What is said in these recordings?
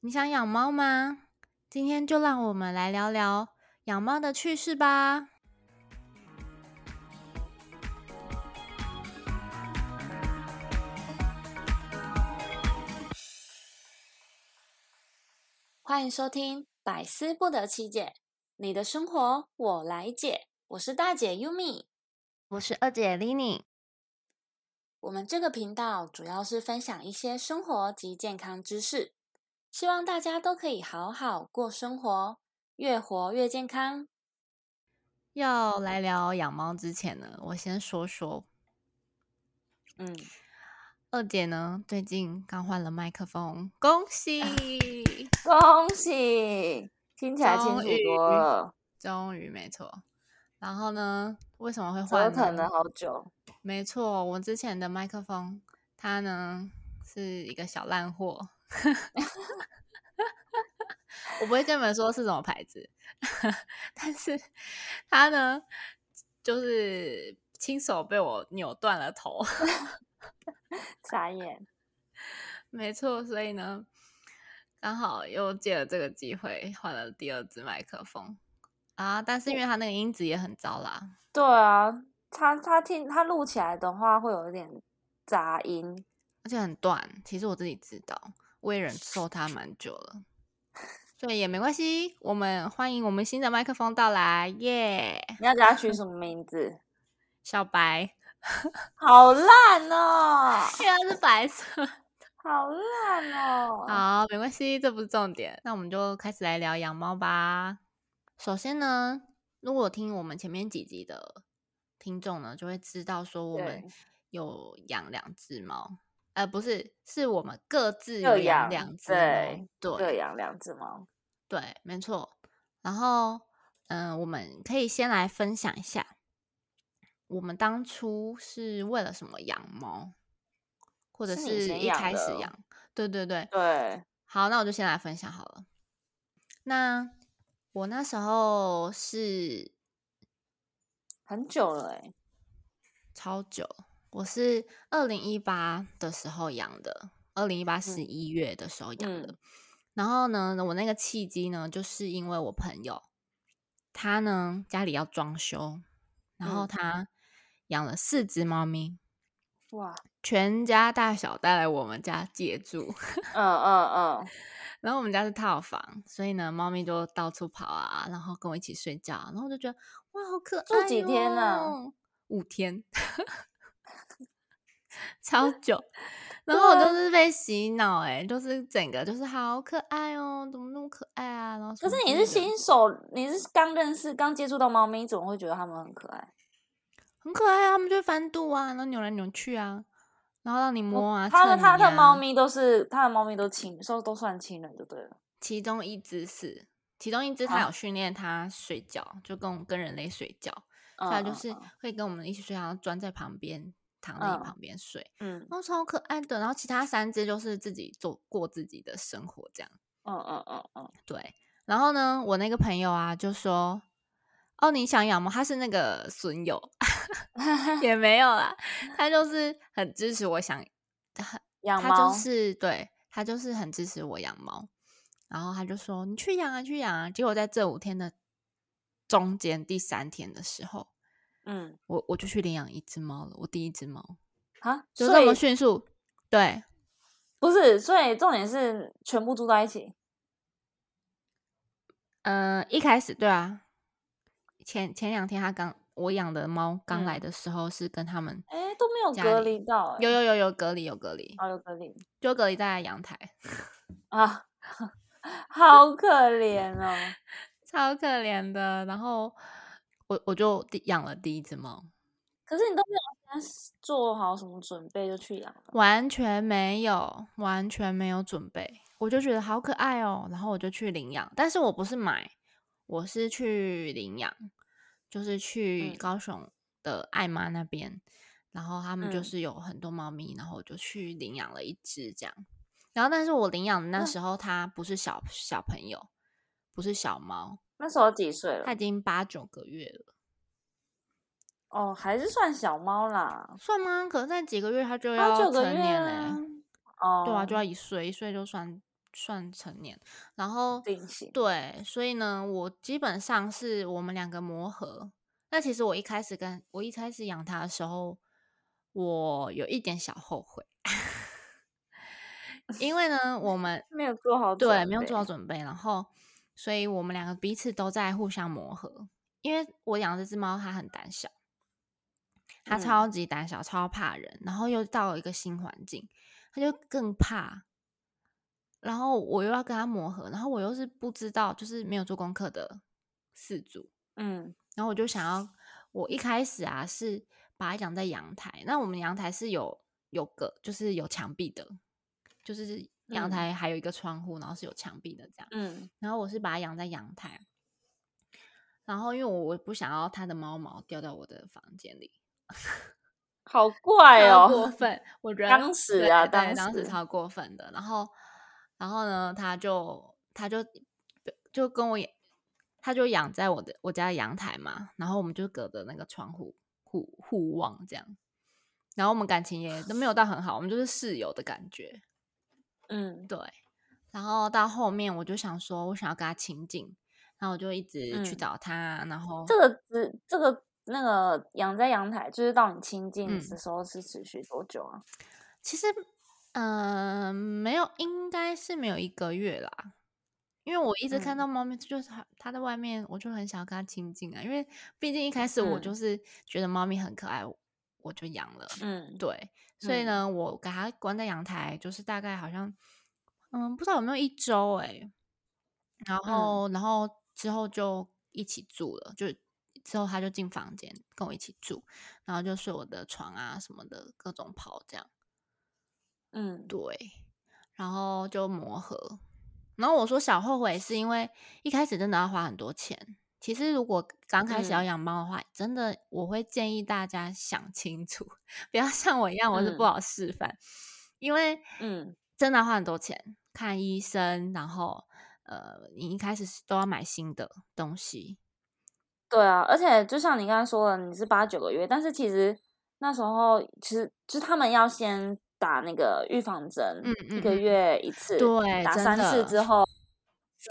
你想养猫吗？今天就让我们来聊聊养猫的趣事吧。欢迎收听《百思不得其解》，你的生活我来解。我是大姐 Yumi。我是二姐 Lini，我们这个频道主要是分享一些生活及健康知识，希望大家都可以好好过生活，越活越健康。要来聊养猫之前呢，我先说说嗯，二姐呢，最近刚换了麦克风，恭喜！恭喜，听起来清楚多了，终于没错。然后呢，为什么会换折呢？腾了好久。没错，我之前的麦克风，它呢是一个小烂货。我不会跟你们说是什么牌子，但是它呢，就是亲手被我扭断了头。傻眼，没错，所以呢，刚好又借了这个机会换了第二支麦克风啊，但是因为它那个音质也很糟啦，对啊，他他听他录起来的话会有一点杂音，而且很短。其实我自己知道，我也忍受它蛮久了，所以也没关系。我们欢迎我们新的麦克风到来，耶、你要给他取什么名字？小白， 好烂哦，因为它是白色。好烂哦。好，没关系，这不是重点。那我们就开始来聊养猫吧。首先呢，如果听我们前面几集的听众呢，就会知道说我们对有养两只猫，呃，不是，是我们各自各有养养两只猫对。对各养两只猫。对，没错。然后，嗯、我们可以先来分享一下，我们当初是为了什么养猫，或者是你是先一养开始的哦养。对对对，对，好，那我就先来分享好了。那我那时候是很久了哎、超久，我是二零一八的时候养的，二零一八十嗯一月的时候养嗯的。然后呢，我那个契机呢，就是因为我朋友他呢家里要装修，然后嗯他养了四只猫咪，哇，全家大小带来我们家借住。嗯嗯嗯，然后我们家是套房，所以呢，猫咪就到处跑啊，然后跟我一起睡觉，然后我就觉得哇，好可爱、住哦！几天啊五天， 超久。然后我啊就是被洗脑、欸，哎，就是整个就是好可爱哦，怎么那么可爱啊？然后什可是么你之是类的新手，你是刚认识、刚接触到猫咪，你怎么会觉得它们很可爱？很可爱啊，它们就会翻肚啊，然后扭来扭去啊，然后让你摸啊，它的蹭它你的猫啊咪都是它的猫咪都亲，都都算亲人就对了。其中一只是，其中一只它啊有训练它睡觉，就跟我跟人类睡觉，所以嗯它就嗯是会跟我们一起睡，然后钻在旁边，躺在你嗯旁边睡，嗯然后超可爱的。然后其他三只就是自己做过自己的生活这样。嗯嗯嗯嗯，对，然后呢，我那个朋友啊就说：“哦，你想养猫？”他是那个损 友， 也没有啦，他就是很支持我想养他猫就是对他就是很支持我养猫，然后他就说你去养啊，去养啊。结果在这五天的中间第三天的时候，嗯我我就去领养一只猫了，我第一只猫啊，就所这么以迅速。对，不是，所以重点是全部住在一起。嗯、一开始对啊，前前两天他刚我养的猫刚来嗯的时候是跟他们哎，都没有家隔里离到、欸，有有有有隔离有隔离，哦，有隔离就隔离在阳台， 啊， 好可怜哦。超可怜的。然后我我就第养了第一只猫。可是你都没有先做好什么准备就去养了，完全没有，完全没有准备，我就觉得好可爱哦，然后我就去领养，但是我不是买，我是去领养，就是去嗯高雄的爱妈那边，然后他们就嗯是有很多猫咪，然后我就去领养了一只这样，然后但是我领养的那那时候它不是小小朋友，不是小猫，那时候几岁了它已？经八九个月了，哦，还是算小猫啦，算吗？可能在几个月它就嗯八要九个啊成月年嘞、啊。哦，对啊，就要一岁，一岁就算算成年，然后定型对，所以呢，我基本上是我们两个磨合。那其实我一开始跟我一开始养它的时候，我有一点小后悔， 因为呢，我们没有做好对，准没有备做好准备，然后，所以我们两个彼此都在互相磨合。因为我养这只猫，它很胆小，它嗯超级胆小，超怕人，然后又到了一个新环境，它就更怕。然后我又要跟它磨合，然后我又是不知道，就是没有做功课的饲主，嗯然后我就想要，我一开始啊是把它养在阳台，那我们阳台是有有个就是有墙壁的，就是阳嗯台还有一个窗户，然后是有墙壁的这样。嗯然后我是把它养在阳台，然后因为我我不想要它的猫毛掉到我的房间里，好怪超哦过， 分，我觉得当时对啊对当当时时超过分的。然后，然后呢，他就他就就跟我也，他就养在我的我家的阳台嘛，然后我们就隔着那个窗户互互望这样，然后我们感情也都没有到很好，我们就是室友的感觉。嗯对，然后到后面我就想说，我想要跟他亲近，然后我就一直去嗯找他，然后这个只这个那个养在阳台，就是到你亲近嗯的时候是持续多久啊？其实，嗯，没有，应该是没有一个月啦。因为我一直看嗯到猫咪，就是它它在外面，我就很想要跟它亲近啊。因为毕竟一开始我嗯就是觉得猫咪很可爱，我就养了。嗯对，所以嗯呢，我给它关在阳台，就是大概好像，嗯，不知道有没有一周哎、然嗯后，然后之后就一起住了，就之后他就进房间跟我一起住，然后就睡我的床啊什么的，各种跑这样。嗯对，然后就磨合。然后我说小后悔是因为一开始真的要花很多钱。其实如果刚开始要嗯养猫的话，真的我会建议大家想清楚， 不要像我一样，我是不嗯好示范，因为嗯真的要花很多钱，看医生，然后呃，你一开始是都要买新的东西，对啊，而且就像你刚才说的，你是八九个月，但是其实那时候其实就是他们要先打那个预防针，嗯一嗯个嗯，月一次，对，打真三次的之后，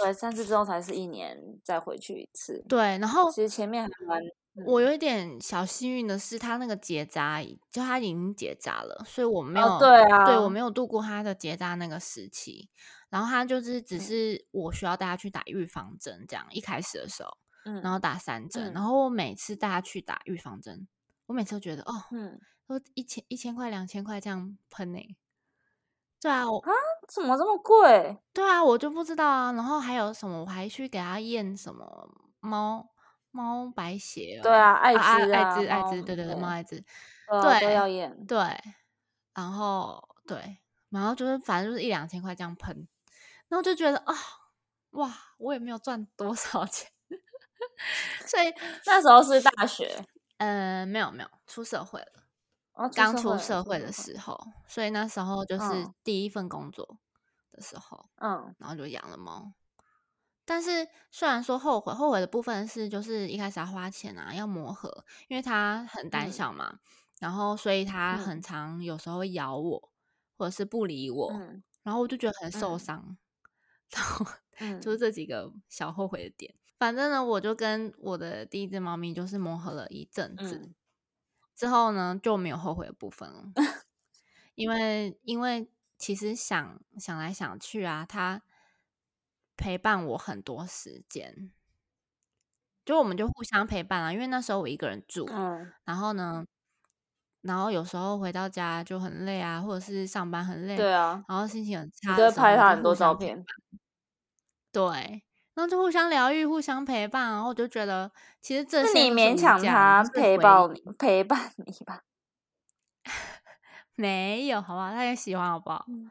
对，三次之后才是一年再回去一次。对。然后其实前面还蛮，我嗯，有一点小幸运的是，它那个结扎已，就它已经结扎了，所以我没哦，有，对对我啊，没有度过它的结扎那个时期。然后它就是只嗯是我需要带它去打预防针，这样一开始的时候，然嗯后打三针，然嗯后我每次带它去打预防针，我每次都觉得哦，嗯，都一千一千块两千块这样喷呢、对啊，我啊，怎么这么贵？对啊，我就不知道啊。然后还有什么，我还去给它验什么猫猫白血对哦，啊，艾啊啊，滋艾啊，滋艾猫，滋，对对对，猫对，艾滋，对啊，都对要验，对，然后对，然后就是反正就是一两千块这样喷，然后就觉得啊、哇，我也没有赚多少钱， 所以那时候是大学，嗯、呃，没有没有，出社会了，哦，出刚社会出了，社出会社的会，时候，所以那时候就是嗯第一份工作的时候，嗯然后就养了猫。但是虽然说后悔，后悔的部分是就是一开始要花钱啊，要磨合，因为它很胆嗯小嘛，然后所以它很嗯常有时候会咬我，或者是不理我，嗯然后我就觉得很受嗯伤，然后就嗯是这几个小后悔的点。反正呢，我就跟我的第一只猫咪就是磨合了一阵子，嗯，之后呢就没有后悔的部分 了。因为因为其实想想来想去啊，他陪伴我很多时间，就我们就互相陪伴啊。因为那时候我一个人住，嗯然后呢，然后有时候回到家就很累啊，或者是上班很累，对啊，然后心情很你差就的会时候，我拍们就他很互多照相陪片，对，然后就互相疗愈、互相陪伴，然后我就觉得其实这是些你都是勉无强价的，他是陪回伴忆，陪伴你吧？ 没有好不好？他也喜欢好不好？嗯，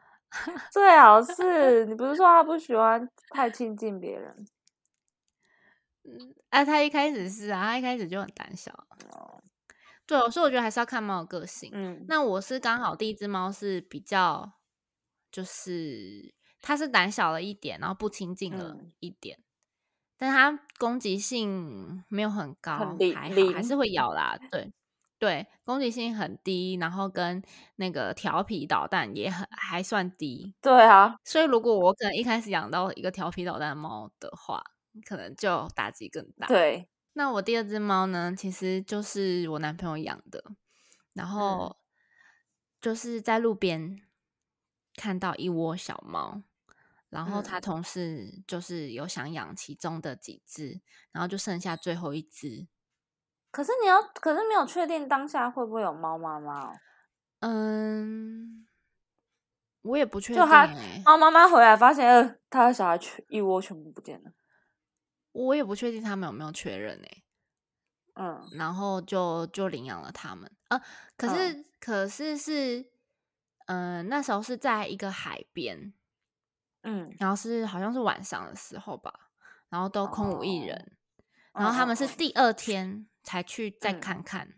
最好啊是你不是说他不喜欢太亲近别人？嗯，啊，他一开始是啊，他一开始就很胆小。哦，对，所以我觉得还是要看猫的个性。嗯那我是刚好第一只猫是比较，就是它是胆小了一点，然后不亲近了嗯，一点，但它攻击性没有很很高，零还好，还是零，会咬啦。对对，攻击性很低，然后跟那个调皮捣蛋也很还算低。对啊，所以如果我可能一开始养到一个调皮捣蛋的猫的话，可能就打击更大。对，那我第二只猫呢，其实就是我男朋友养的，嗯然后就是在路边看到一窝小猫，然后他嗯同事就是有想养其中的几只，然后就剩下最后一只。可是你要，可是没有确定当下会不会有猫妈妈哦。嗯，我也不确定、就它哦欸，猫妈妈回来发现，呃，他的小孩全一窝全部不见了。我也不确定他们有没有确认哎、嗯，然后就就领养了他们。呃，可是、嗯可是是，嗯、那时候是在一个海边，嗯，然后是好像是晚上的时候吧，然后都空无一哦人，然后他们是嗯嗯嗯第二天才去再嗯看看，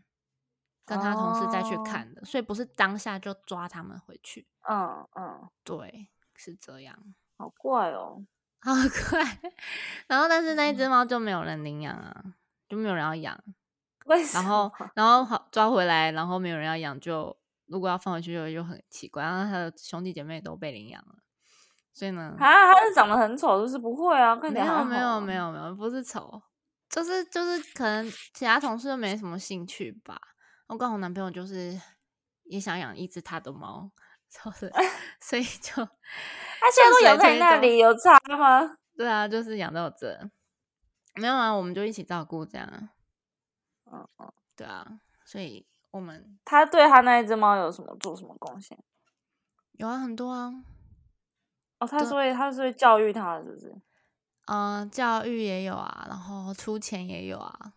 跟他同事再去哦看的，所以不是当下就抓他们回去，嗯嗯，对，是这样，好怪哦。好快。 然后但是那一只嗯猫就没有人领养啊，就没有人要养，为什然么 后？然后好抓回来，然后没有人要养就，如果要放回去就就很奇怪，然后他的兄弟姐妹都被领养了，所以呢，啊，它是长得很丑，就是不会啊，看起没来还有没好啊有没，有没有，不是丑，就是就是可能其他同事都没什么兴趣吧。我跟我男朋友就是也想养一只他的猫，就是 所以就它现在都像养水在田那中里，有差吗？对啊，就是养到这，没有啊，我们就一起照顾这样，啊嗯嗯，对啊，所以我们它对它那一只猫有什么做什么贡献？有啊很多啊，哦，它对所以它是会教育它的，是不是？嗯、教育也有啊，然后出钱也有啊，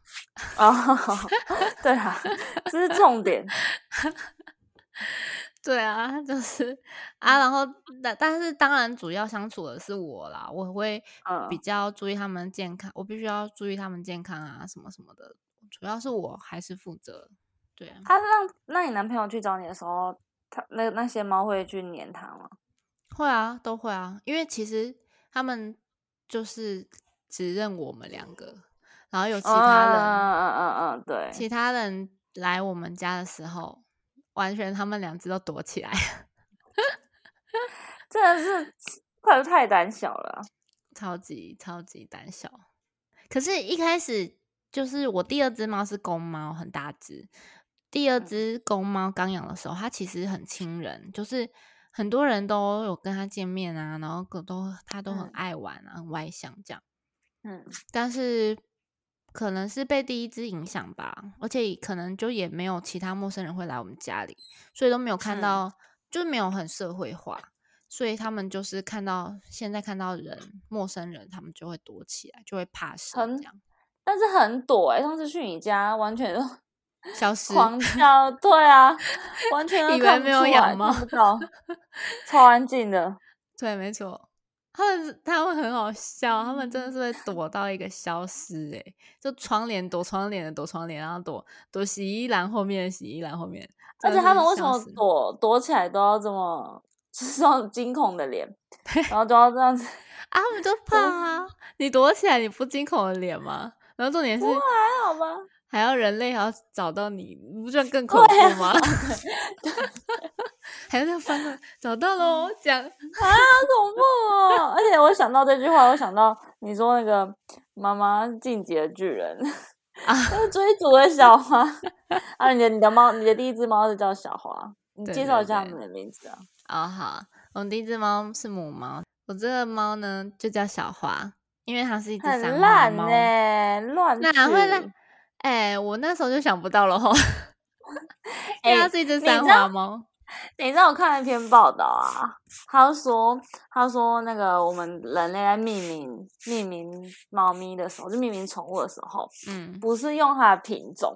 哦， 对啊，这是重点。对啊， 就是啊，然后但但是当然主要相处的是我啦，我会嗯比较注意他们健康，我必须要注意他们健康啊，什么什么的，主要是我还是负责，对啊，他让那你男朋友去找你的时候，他那那些猫会去黏他吗？会啊，都会啊，因为其实他们就是只认我们两个，然后有其他啊人，嗯嗯嗯嗯嗯，对。其他人来我们家的时候，完全他们两只都躲起来。真的是太太胆小了。啊超级超级胆小。可是，一开始就是我第二只猫是公猫，很大只。第二嗯只公猫刚养的时候，它其实很亲人，就是很多人都有跟它见面啊，然后狗都它都很嗯爱玩啊，很外向这样。嗯但是可能是被第一只影响吧，而且可能就也没有其他陌生人会来我们家里，所以都没有看嗯到，就没有很社会化，所以他们就是看到现在看到人陌生人，他们就会躲起来，就会怕生很这样但是很躲哎、上次去你家完全就消失。狂叫，对啊，完全都以为看不没有出养来猫看 不到，超安静的。对，没错，他们他们很好笑，他们真的是会躲到一个消失、欸，就窗帘躲窗帘的躲窗帘，然后躲躲洗衣篮后面的洗衣篮后面，而真的且他是们为什消么失躲躲起来都要这么， 就是这种惊恐 的脸，然后都要这样子， 啊，他们就怕啊！ 你躲起来，你不惊恐的脸吗？然后重点是，还好吧？还要人类还要找到你，你不觉得 更恐怖吗？ 还要再翻过来找到喽，嗯讲好恐怖哦！ 而且我想到这句话，我想到你说那个妈妈进击的巨人，啊， 就是追逐的小花啊，你的你的猫，你的第一只猫是叫小花，你对介绍对一下它对们的名字啊？哦，好，我们第一只猫是母猫，我这个猫呢就叫小花，因为它是一只很散花烂猫呢、，乱哪取会烂？哎、我那时候就想不到了 吼，因为哎它是一只你三知道花猫，等一下，我看了一篇报道啊，他说他说那个我们人类在命名命名猫咪的时候，就命名宠物的时候，嗯，不是用它的品种，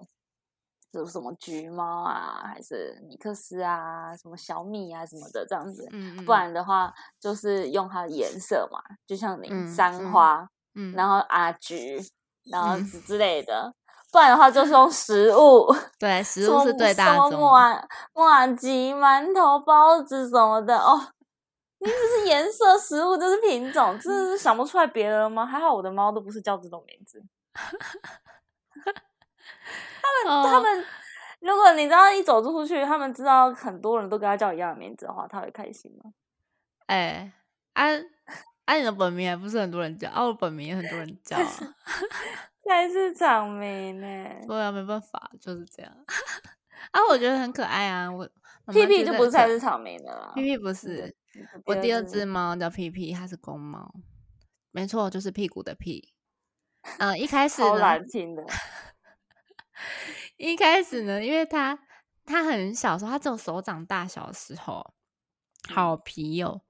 就是什么橘猫啊，还是米克斯啊，什么小米啊什么的这样子。嗯嗯，不然的话，就是用它的颜色嘛，就像你嗯三嗯花，嗯，然后啊橘，然后嗯之之类的。不然的话，就是用食物。对，食什物么是最大什么的木宗。耳、木耳鸡、馒头、包子什么的哦。你只是颜色、食物，这是品种，真的是想不出来别的了吗？还好我的猫都不是叫这种名字，哦它们如果你知道一走出去，他们知道很多人都跟他叫一样的名字的话，他会开心吗？哎、安、安、你的本名还不是很多人叫啊？我本名也很多人叫 啊。菜市场名呢、对啊，没办法，就是这样。啊，我觉得很可爱啊。我妈妈屁屁觉就得不是啊很菜可市场名的啦。屁屁不是，我第二只猫叫屁屁，它是公猫，没错，就是屁股的屁。嗯、一开始超呢，难听 的，一开始呢，因为它它很小的时候，它只有手掌大小的时候，好皮哦，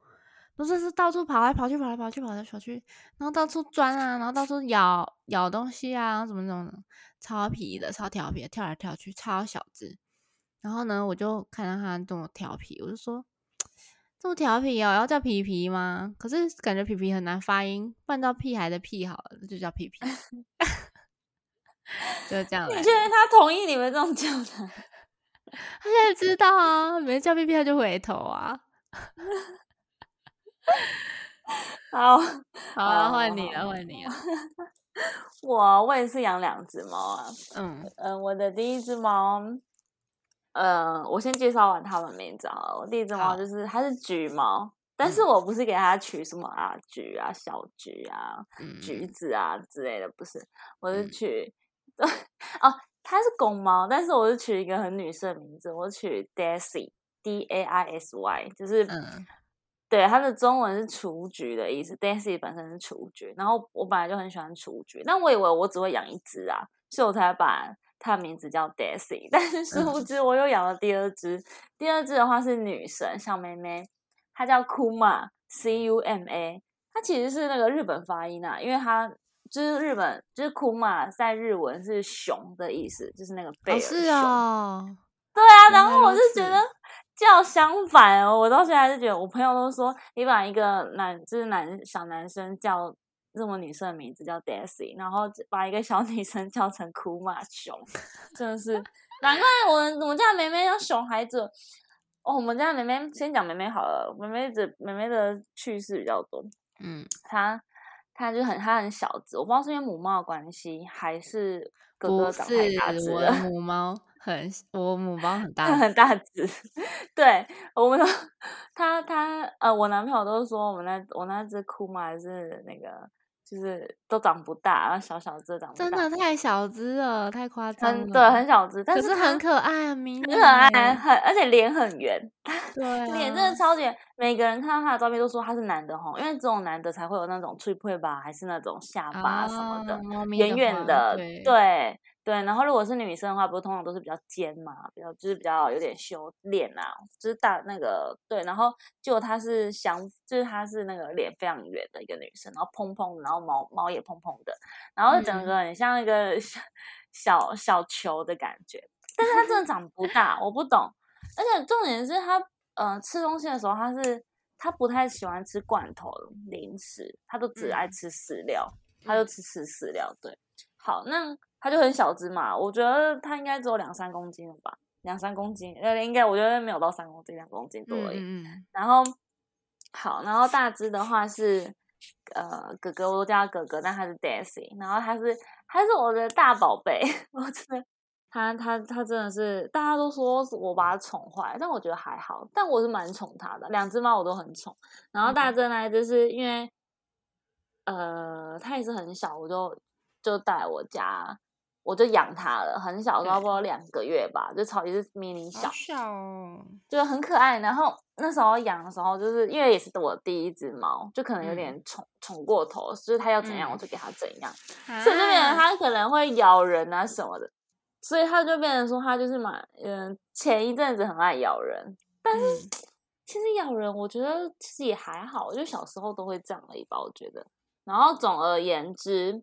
那真是到处跑来跑去，跑来跑去，跑来跑去，然后到处钻啊，然后到处咬咬东西啊，然后怎么怎么的，超皮的，超调皮的，跳来跳去，超小只。然后呢，我就看到它这么调皮，我就说这么调皮哦，要叫皮皮吗？可是感觉皮皮很难发音，换到屁孩的屁好了，那就叫皮皮。 就这样来你的。确定他同意你们这种叫他？他现在知道啊，没叫 B B 他就回头啊。 好，好啊，好换你好了，换你了。哦我我也是养两只猫啊。嗯，嗯、我的第一只猫，呃，我先介绍完它们名字好了。我第一只猫好嗯就是它是橘猫，但是我不是给它取什么啊橘啊、小橘啊、嗯橘子啊之类的，不是，我是嗯取、 哦，它是公猫，但是我是取一个很女生的名字，我取 Daisy D A I S Y，就是嗯对，它的中文是雏菊的意思，Daisy 本身是雏菊。然后我本来就很喜欢雏菊，但我以为我只会养一只啊，所以我才把它的名字叫 Daisy。但是殊嗯不知我又养了第二只，第二只的话是女神小妹妹，她叫 Kuma，C U M A。它其实是那个日本发音啊，因为它就是日本就是 Kuma 在日文是熊的意思，就是那个贝哦尔是熊。哦，啊，原然来后我如就觉此得叫相反哦，我到现在还是觉得，我朋友都说你把一个男就是男小男生叫这么女生的名字叫 Daisy，然后把一个小女生叫成库马熊，真的是难怪我我们家梅梅叫熊孩子。哦，我们家梅梅先讲梅梅好了，梅梅的梅梅的趣事比较多，嗯，她她就很她很小只，我不知道是因为母猫的关系还是哥不哥是长太大只我了的。母 猫很，我母猫很大它 很大只，对我们都他他呃，我男朋友都说我们那我那只库玛是那个就是都长不大，然后小小只的长不真大的，太小只了，太夸张很了。对很小只，但可是它很可爱啊，迷很你可爱，耶，很而且脸很圆，对脸真啊的，超级圆。每个人看到他的照片都说他是男的吼，因为只有男的才会有那种脆配吧，还是那种下巴什么的。啊，猫咪圆话圆的，对，嗯对对。然后如果是女生的话，不是通常都是比较尖嘛，比较就是比较有点修脸啊，就是大那个对。然后结果她是相，就是她是那个脸非常圆的一个女生，然后蓬蓬，然后毛毛也蓬蓬的，然后嗯整个很像一个 小小小球的感觉。但是她真的长不大，我不懂。而且重点是她，呃，吃东西的时候她是。她不太喜欢吃罐头零食，她都只爱嗯吃饲料。他就嗯吃吃饲料。对，好，那他就很小只嘛，我觉得他应该只有两三公斤了吧，两三公斤，呃，应该我觉得没有到三公斤，两公斤多而已。嗯嗯然后好，然后大只的话是呃哥哥，我都叫他哥哥，但他是 Daisy，然后他是他是我的大宝贝， 我真的。他他他真的是，大家都说是我把他宠坏，但我觉得还好，但我是蛮宠他的，两只猫我都很宠。然后大只的那一只是因为，呃，它也是很小，我就就带我家，我就养它了，很小，对差不多两个月吧，就超级是迷你嗯，好小，小哦，就是很可爱。然后那时候养的时候，就是因为也是我第一只猫，就可能有嗯点宠宠过头，就是它要怎样嗯我就给它怎样，所以就变成啊，它可能会咬人啊什么的，所以它就变成说它就是嘛，嗯，前一阵子很爱咬人，但是嗯其实咬人，我觉得其实也还好，就小时候都会这样而已吧，我觉得。然后总而言之，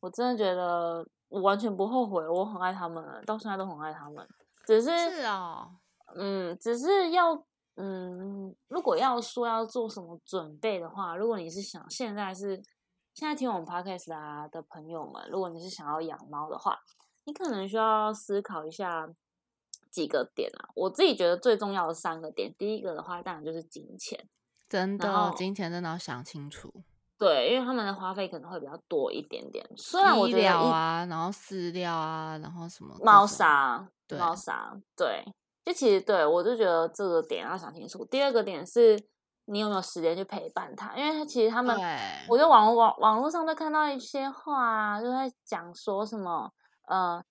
我真的觉得我完全不后悔，我很爱他们，到现在都很爱他们。只是，是哦，嗯，只是要，嗯，如果要说要做什么准备的话，如果你是想现在是现在听我们 podcast 的啊的朋友们，如果你是想要养猫的话，你可能需要思考一下几个点啊。我自己觉得最重要的三个点，第一个的话，当然就是金钱，真然的，后金钱真的要想清楚。对，因为他们的花费可能会比较多一点点。虽然我医觉得疗一啊，然后饲料啊，然后什么各猫种，砂，对猫砂，对，就其实对我就觉得这个点要想清楚。第二个点是你有没有时间去陪伴它，因为它其实他们，对，我在网网网络上都看到一些话、啊，就在讲说什么，呃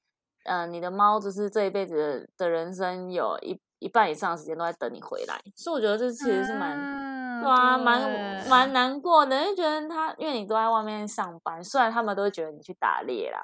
呃，你的猫就是这一辈子的的人生有一一半以上的时间都在等你回来，所以我觉得这其实是蛮。对啊，蛮嗯对蛮难过的，就觉得他，因为你都在外面上班，虽然他们都会觉得你去打猎啦，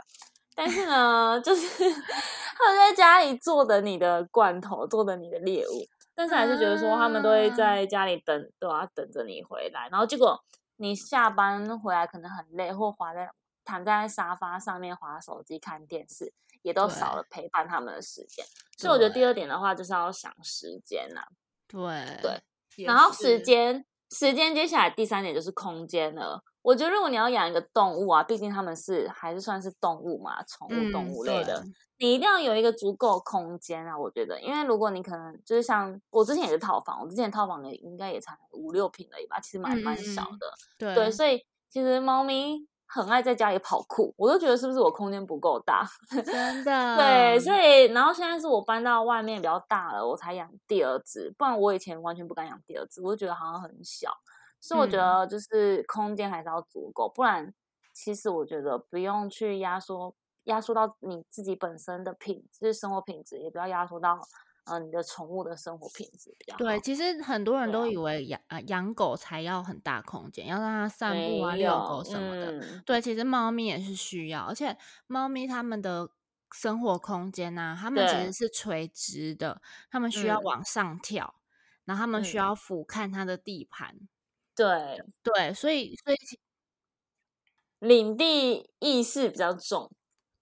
但是呢， 就是他们在家里坐等你的罐头，坐等你的猎物，但是还是觉得说他们都嗯会在家里等，对啊，等着你回来，然后结果你下班回来可能很累，或滑在躺在沙发上面滑手机看电视，也都少对了陪伴他们的时间，所以我觉得对第二点的话就是要想时间啊啦。对对也然后时是间，时间接下来第三点就是空间了。我觉得如果你要养一个动物啊，毕竟它们是还是算是动物嘛，宠物、动嗯物类对的，你一定要有一个足够的空间啊。我觉得，因为如果你可能就是像我之前也是套房，我之前套房的应该也才五六平而已吧，其实蛮嗯蛮嗯小的。对对，所以其实猫咪很爱在家里跑酷，我都觉得是不是我空间不够大？真的对，所以然后现在是我搬到外面比较大了，我才养第二只，不然我以前完全不敢养第二只，我就觉得好像很小，所以我觉嗯得就是空间还是要足够，不然其实我觉得不用去压缩压缩到你自己本身的品质，就是生活品质，也不要压缩到呃你的宠物的生活品质比较好。对，其实很多人对都啊以为养啊养狗才要很大空间，要让它散步啊、没遛有狗，什么的。嗯，对，其实猫咪也是需要，而且猫咪它们的生活空间呐、它们其对实是垂直的，它们需要嗯往上跳，然后它们需嗯，要俯瞰它的地盘。对，对，所以所以其领地意识比较重。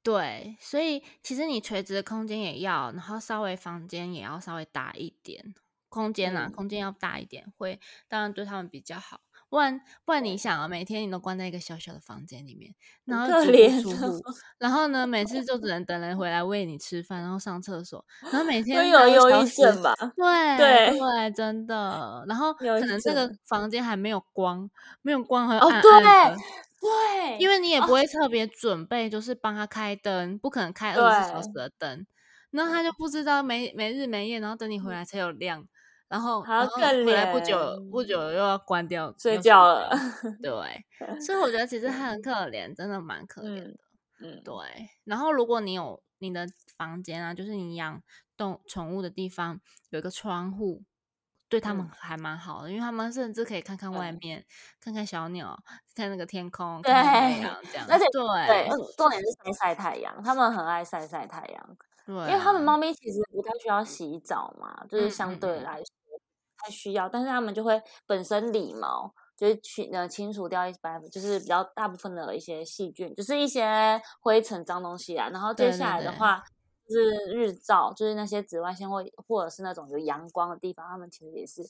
对，所以其实你垂直的空间也要，然后稍微房间也要稍微大一点，空间啊，嗯，空间要大一点，会当然对他们比较好。不然不然，你对，想啊，每天你都关在一个小小的房间里面，然很后可足不怜出啊。户，然后呢，每次就只能等人回来喂你吃饭，然后上厕所，然后每会天有还会忧消郁失。症吧？对对，对，真的。然后忧可郁能这个症。房间还没有光，没有光还会哦，暗对暗的，嗯因对为你也哦，不会特别准备，就是帮他开灯，不可能开二十四小时对，的灯，那他就嗯不知道没没日没夜，然后等你回嗯，来才有亮，然后好然后可回来不久不久怜，又要关掉，睡又睡觉了。觉，对， 所以我觉得其实对， 很可怜，真的蛮可怜嗯的，对。嗯然后如果你有你的房间啊，就是你养动宠物的地方有一个窗户。对他们嗯，还蛮好的，因为他们甚至可以看看外对面，看看小鸟，看那个天空，对，看看太阳，这样而且对，对嗯重点是晒晒太阳，他们很爱晒晒太阳，对因为他们啊，猫咪其实不太需要洗澡嘛，就是嗯相嗯对嗯，来说不太需要，但是他们就会本身理毛。就是去呃清除掉一般就是比较大部分的一些细菌，就是一些灰尘脏东西啊。然后接对下对来的对，话，就是日照，就是那些紫外线或或者是那种有阳光的地方，他们其实也是，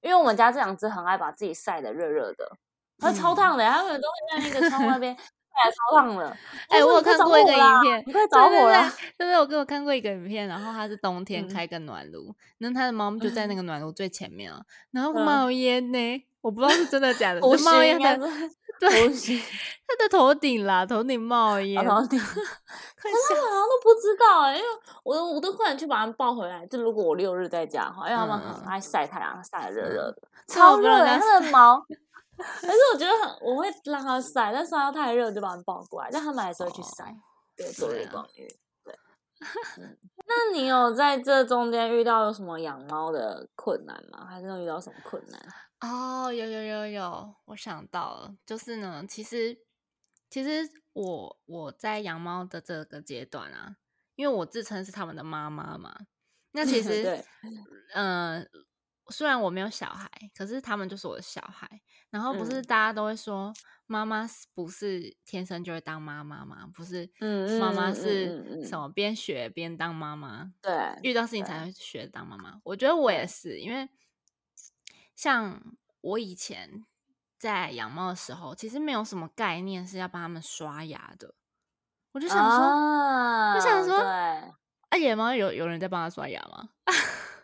因为我们家这两只很爱把自己晒得热热的，它超嗯，烫的，它们都会在那个窗户那边晒得超 烫的。我哎、就说我有你快看着过一火个啦，影片，你快对着对火啦。对，就是我给我看过一个影片，然后它是冬天啊嗯，开个暖炉，那它的猫就在那个暖炉最前面啊，然后对啊，冒烟呢，我不知道是真的假的，胡就冒须烟应该的， 是对，胡须，它的头顶啦，头顶 冒哦 然烟，后你。快可是吓他们好像死，都不知道哎、因为我都我都快点去把他们抱回来。就如果我六日在家的话，因为他们很嗯爱晒太阳，晒得热热嗯，的，最好超不要让热它哎、它晒，的毛。 可是我觉得很，我会让它晒，但晒到太热就把它们抱过来，但他们还是会去晒，哦，对，做对日啊。光浴。 对，嗯，那你有在这中间遇到有什么养猫的困难吗？还是有遇到什么困难？哦，有有有有，我想到了，就是呢，其实其实我我在养猫的这个阶段啊，因为我自称是他们的妈妈嘛，那 其实，对，嗯、虽然我没有小孩，可是他们就是我的小孩。然后不是嗯大家都会说，妈妈是不是天生就会当妈妈吗？不是，嗯妈妈嗯嗯是嗯什嗯，么边学边当妈妈，对遇到事情对才会学当妈妈。我觉得我也对，是，因为像我以前在养猫的时候，其实没有什么概念是要帮它们刷牙的。我就想说，我想啊，说，对，啊，野猫有有人在帮它刷牙吗？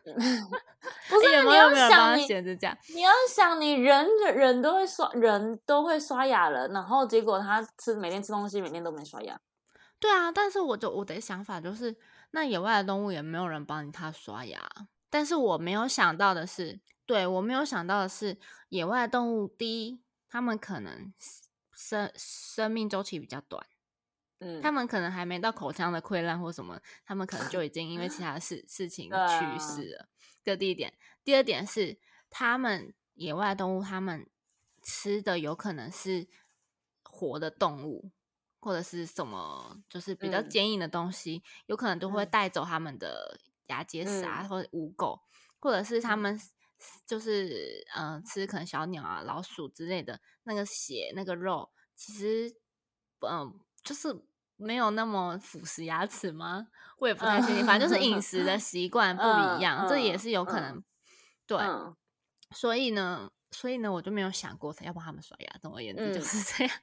不是野啊，你哎猫要有没有人想帮它你，剪指甲？你要想你人人都会刷，人都会刷牙了，然后结果他吃每天吃东西，每天都没刷牙，对啊，但是我的我的想法就是，那野外的动物也没有人帮你它刷牙。但是我没有想到的是，对我没有想到的是，野外的动物第一，它们可能生生命周期比较短，嗯，它们可能还没到口腔的溃烂或什么，它们可能就已经因为其他事事情对啊去世了。这、第一点，第二点是，它们野外动物，它们吃的有可能是活的动物，或者是什么就是比较嗯坚硬的东西，有可能都会嗯带走它们的牙结石啊，嗯或者污垢，或者是它嗯们。就是呃，吃可能小鸟啊、老鼠之类的那个血、那个肉，其实嗯、呃就是没有那么腐蚀牙齿吗？我也不太确定，反正就是饮食 的习惯不一嗯样，这也嗯是有可嗯能。对，嗯所以呢，所以呢，我就没有想过要帮他们刷牙。总而言之就嗯是这样。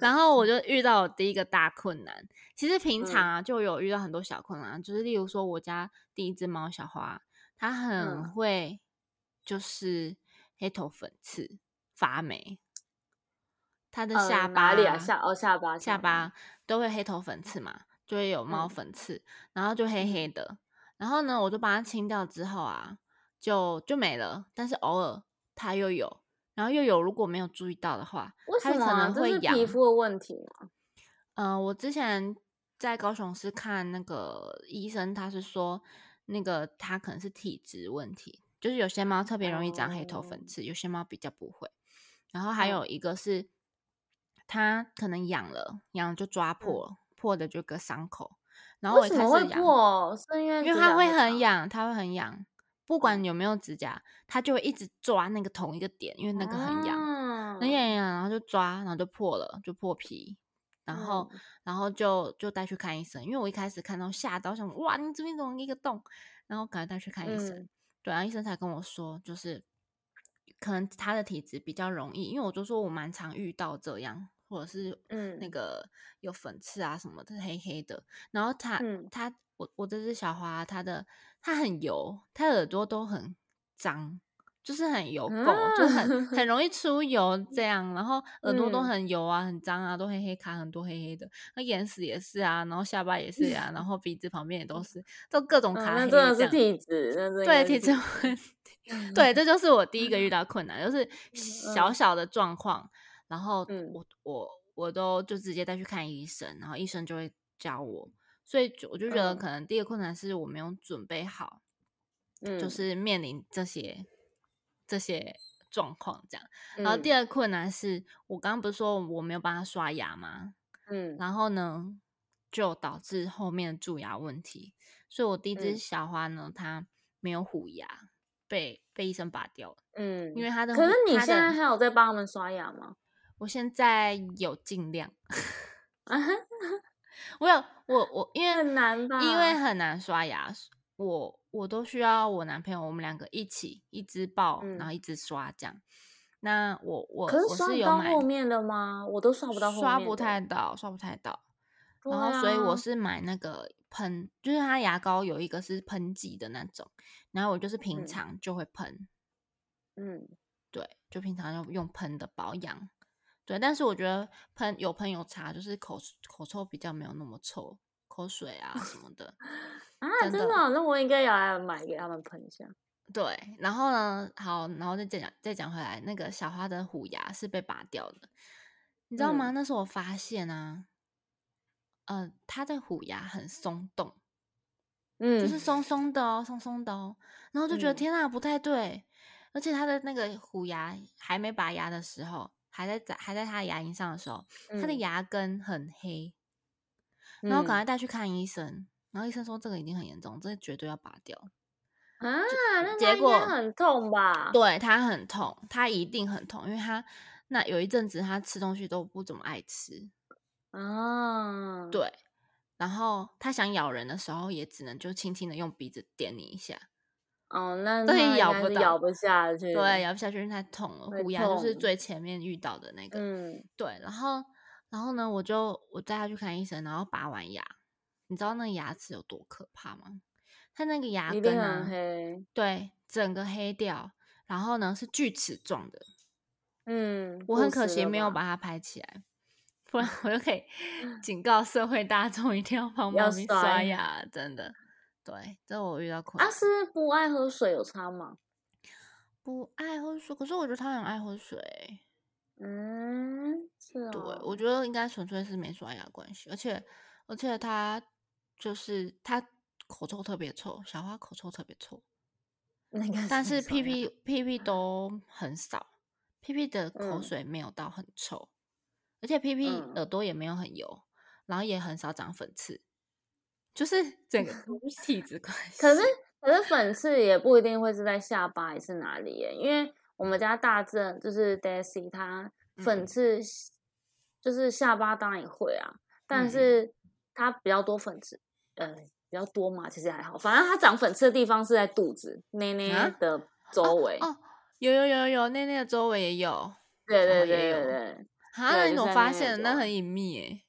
然后我就遇到我第一个大困难。其实嗯平常啊，就有遇到很多小困难，啊就是例如说我家第一只猫小花，它很嗯会就是黑头粉刺、发霉，它的呃下巴、哪里啊？下哦下巴下巴都会黑头粉刺嘛，就会有猫嗯粉刺，然后就黑黑的。然后呢，我就把它清掉之后啊，就就没了。但是偶尔它又有，然后又有，如果没有注意到的话，为它什么可啊？能这会是痒。皮肤的问题吗？嗯、我之前在高雄市看那个医生，他是说那个它可能是体质问题，就是有些猫特别容易长黑头粉哦刺，有些猫比较不会。然后还有嗯一个是它可能痒了，痒了就抓破了，破的就有个伤口，然后我嗯为一什开么会始痒，破？是因为因为指它甲会太很长痒，它会很痒，不管哦有没有指甲，它就会一直抓那个同一个点，因为那个很痒。啊很痒痒，然后就抓，然后就破了，就破皮，然后嗯然后就就带去看医生，因为我一开始看到吓到，想说哇，你这边怎么一个洞？然后赶快带去看医生，嗯对啊，医生才跟我说，就是可能他的体质比较容易，因为我就说我蛮常遇到这样，或者是那嗯个有粉刺啊什么的，黑黑的，然后它嗯它我我这只小花，它的它很油，它耳朵都很脏，就是很油垢，就是很啊 很容易出油这样，然后耳朵都嗯很油啊，很脏啊，都黑黑卡很多黑黑的，那眼屎也是啊，然后下巴也是 啊，然后鼻子旁边也都是，都各种嗯，卡那黑真的的这是样。体质，那真应对该是体质体问质。题，对， 这就是我第一个遇到困难，就是小嗯小的状况，然后嗯我我我都就直接带去看医生，然后医生就会教我，所以就我就觉得嗯可能第一个困难是我没有准备好，就嗯是面临这些这些状况这样。然后第嗯二个困难是我刚刚不是说我没有帮他刷牙吗？嗯然后呢，就导致后面的蛀牙问题。所以我第一只嗯小花呢，它没有虎牙，被被医生拔掉了，因嗯。为它的可是虎，你它现在的还有在帮他们刷牙吗？ 我现在有尽量，啊哈，我有我我因为很难啊因为吧？很难刷牙，我我都需要我男朋友，我们两个一起一只抱，然嗯，后一只刷这样。那我可我是我刷是得有到买后面的吗？我都刷不到后刷面不的太欸。到，刷不太到。对然后，所以我啊，是买那个喷，就是它牙膏有一个是喷剂的那种，然后我就是平嗯常就会喷，嗯对，就平常用用喷的保养，对。但是我觉得喷有喷有差，就是口口臭比较没有那么臭，口水啊什么 的，啊，真真的的哦，那我应该也来买给他们喷一下。对。然后呢，好，然后再讲再讲回来，那个小花的虎牙是被拔掉的，你知道吗？嗯，那时候我发现啊，呃，它的虎牙很松动。就是嗯松松的哦，松松的哦，然后就觉得嗯天啊，不太对，而且它的那个虎牙还没拔牙的时候，还在长还在它的牙龈上的时候，它的嗯牙根很黑，然后赶快嗯带去看医生，然后医生说这个已经很严重，这个绝对要拔掉。啊，那结他应该果很痛吧？对它很痛，它一定很痛，因为它那有一阵子它吃东西都不怎么爱吃，啊，对，然后它想咬人的时候也只能就轻轻的用鼻子点你一下，哦，那但也那应咬该不是咬到。不下对，去，咬不下去，因为太痛了。会虎牙就是痛。最前面遇到的那个，嗯对。然后，然后呢，我就我带他去看医生，然后拔完牙，你知道那个牙齿有多可怕吗？它那个牙一定根很啊，黑。对，整个黑掉，然后呢是锯齿状的。嗯，我不很可死惜了没有吧？把它拍起来，不 然我就可以警告社会大众一定要帮要猫咪刷刷牙牙，真的。对，这我遇到困啊，难。是不爱喝水有差吗？不爱喝水，可是我觉得它很爱喝水。欸嗯，是啊、对，我觉得应该纯粹是没刷牙的关系，而且而且它就是它口臭特别臭，小花口臭特别臭，那应该但没是刷屁牙屁屁屁都很少，屁屁的口嗯水没有到很臭，而且屁屁嗯耳朵也没有很油，然后也很少长粉刺，就是 整个体质关系。 可是可是粉刺也不一定会是在下巴还是哪里耶，因为我们家大正就是 Daisy，她粉嗯刺是就是下巴当然也会啊，但嗯是她比较多粉刺，呃，比较多嘛，其实还好，反正她长粉刺的地方是在肚子内内啊的周围，哦，有有有有有，那那个周围也有啊，对哦对也对有对对。对那就你怎在么发那个现的？那周围很隐秘诶、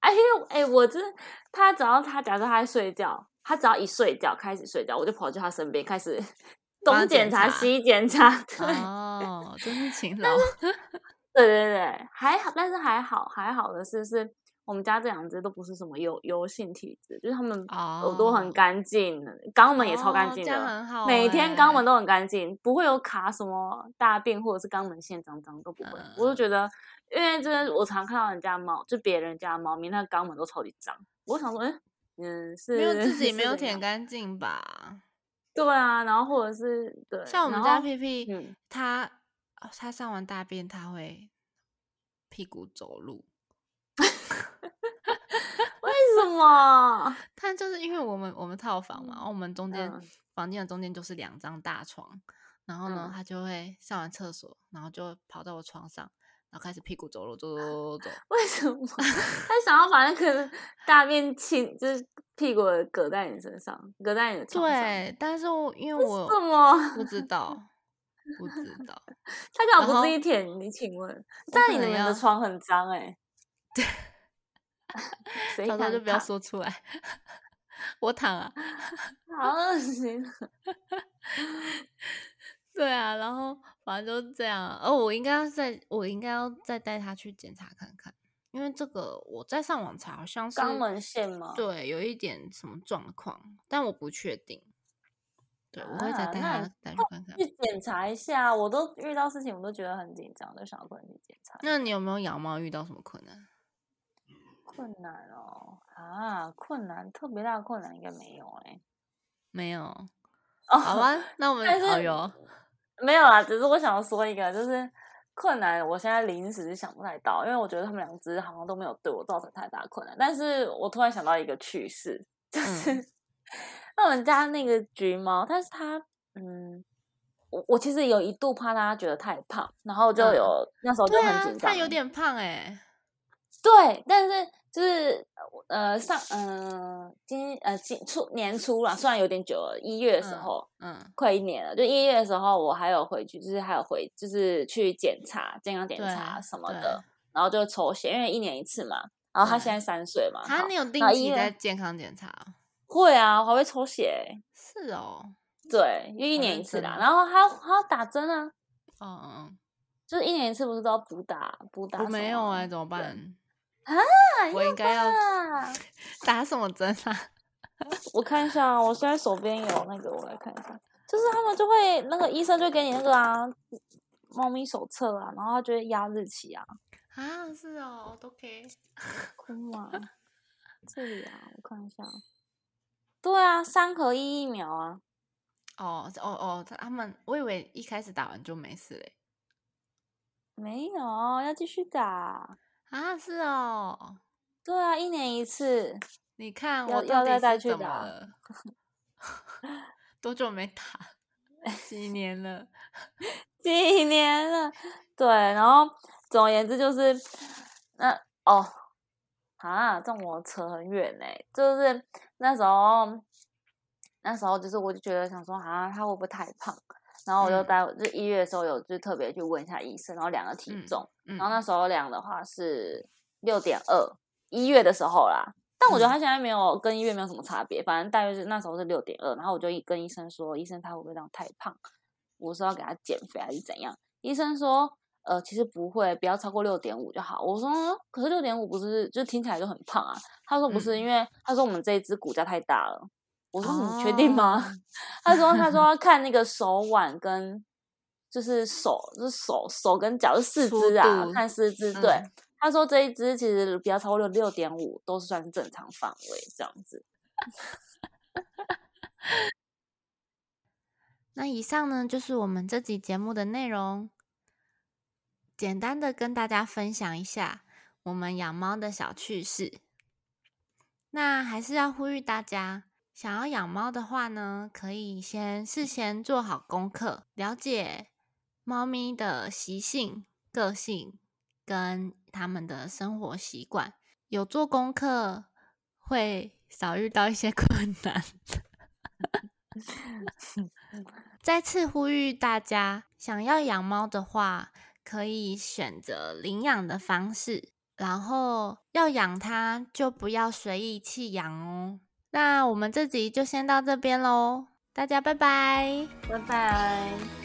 哎呦，哎，我真的他只要他假设他在睡觉，他只要一睡觉开始睡觉，我就跑去他身边开始 帮他东检检查查西检查，对、哦，真 是勤劳。对对对，还好，但是还好还好的是是我们家这两只都不是什么油油性体质，就是它们耳朵很哦干净，肛门也超干哦净这样的。很好欸、每天肛门都很干净，不会有卡什么大便或者是肛门腺脏脏都不会。我嗯就觉得，因为真的我常看到人家猫，就别人家的猫咪，那肛门都超级脏。我想说，嗯嗯，是没有自 己没有舔舔干。干净吧？对啊，然后或者是对，像我们然家后屁屁，嗯它哦它上完大便，它会屁股走路。为什么？但就是因为我们我们套房嘛，然后我们中间、嗯房间的中间就是两张大床，然后呢嗯，它就会上完厕所，然后就跑到我床上，然后开始屁股走路，走走走走走。 为什么他想要把那个大便亲，就是屁股搁在你身上，搁在你的床上？，对，但是我 因为我什么？不知 道，不知道。他干然嘛不后自己舔？你请问，但可你能们的要床很脏哎、欸。对，到谁时候敢就不要躺，说出来。 我躺啊，好恶 心。对啊，然后反正就是这样啊。哦，我应该要再，我应该要再带他去检查看看，因为这个我在上网查，好像是肛门哦腺吗？对有一点什么状况，但我不确定。对，我会再啊带那他你带去看看。去检查一下，我都遇到事情我都觉得很紧张，都想要快点去检查。那你有没有养猫遇到什么困难？困难哦，啊，困难特别大的困难应该没有哎、没有。哦，好吧，那我们但是哦哟，没有啦，只是我想要说一个，就是困难，我现在临时想不太到，因为我觉得他们两只好像都没有对我造成太大的困难。但是我突然想到一个趣事，嗯就是、那我们家那个橘猫，但是它，嗯，我我其实有一度怕它觉得太胖，然后就嗯有、那时候就对很啊紧，张，它有点胖哎、对，但是就是呃上嗯、今呃今初年初啦，虽然有点久了，一月的时嗯候。嗯，快一年了，就一月的时候，我还有回去，就是还有回，就是去检查健康检对查什么对的，然后就抽血，因为一年一次嘛。然后他对现在三岁嘛，它好啊你有定那医期院在健康检查哦？会啊，我还会抽血欸、是哦，对，就一好年一认次真啦哦。然后还要还要打针啊，嗯嗯就是一年一次，不是都要补打补打嗯，什我么？没有哎、怎么办？啊 我应该要啊，打什么针啊？ 我看一下啊，我现在手边有那个，我来看一下，就是他们就会那个医生就给你那个啊，猫咪手册啊，然后他就会压日期啊。啊，是哦，OK。哭啊！这里啊，我看一下。对啊，三合一疫苗啊，哦哦哦，他们我以为一开始打完就没事嘞。没有，要继续打。啊，是哦，对啊，一年一 次。你看要我要到再底带是去怎么打了？ 多久没打？ 几年了？几年了， 对，然后总而言之就是，那、哦，啊，这我扯很远呢、就是那时候，那时候就是我就觉得想说啊，他会不会太胖？然后我就嗯待会、就一月的时候有就特别去问一下医生，然后量了体嗯重，嗯然后那时候量的话是六点二，一月的时候啦。但嗯我觉得他现在没有跟医院没有什么差别，反正大约是那时候是六点二，然后我就跟医生说，医生他会不会这样太胖？我说要给他减肥还是怎样？医生说，呃，其实不会，不要超过六点五就好。我说，可是六点五不是就听起来就很胖啊？他说不嗯是，因为他说我们这一只骨架太大了。我说你确定吗？哦他说他说要看那个手腕跟就是手就是手手跟脚就四粗肢啊度，看四肢。对，嗯他说这一只其实不要超过六六点五都是算是正常范围这样子。那以上呢，就是我们这集节目的内容，简单的跟大家分享一下我们养猫的小趣事。那还是要呼吁大家，想要养猫的话呢，可以先事先做好功课，了解猫咪的习性、个性跟它们的生活习惯。有做功课，会少遇到一些 困难。再次呼吁大家，想要养猫的话，可以选择领养的方式，然后要养它就不要随意弃养哦。那我们这集就先到这边喽，大家拜拜。拜拜。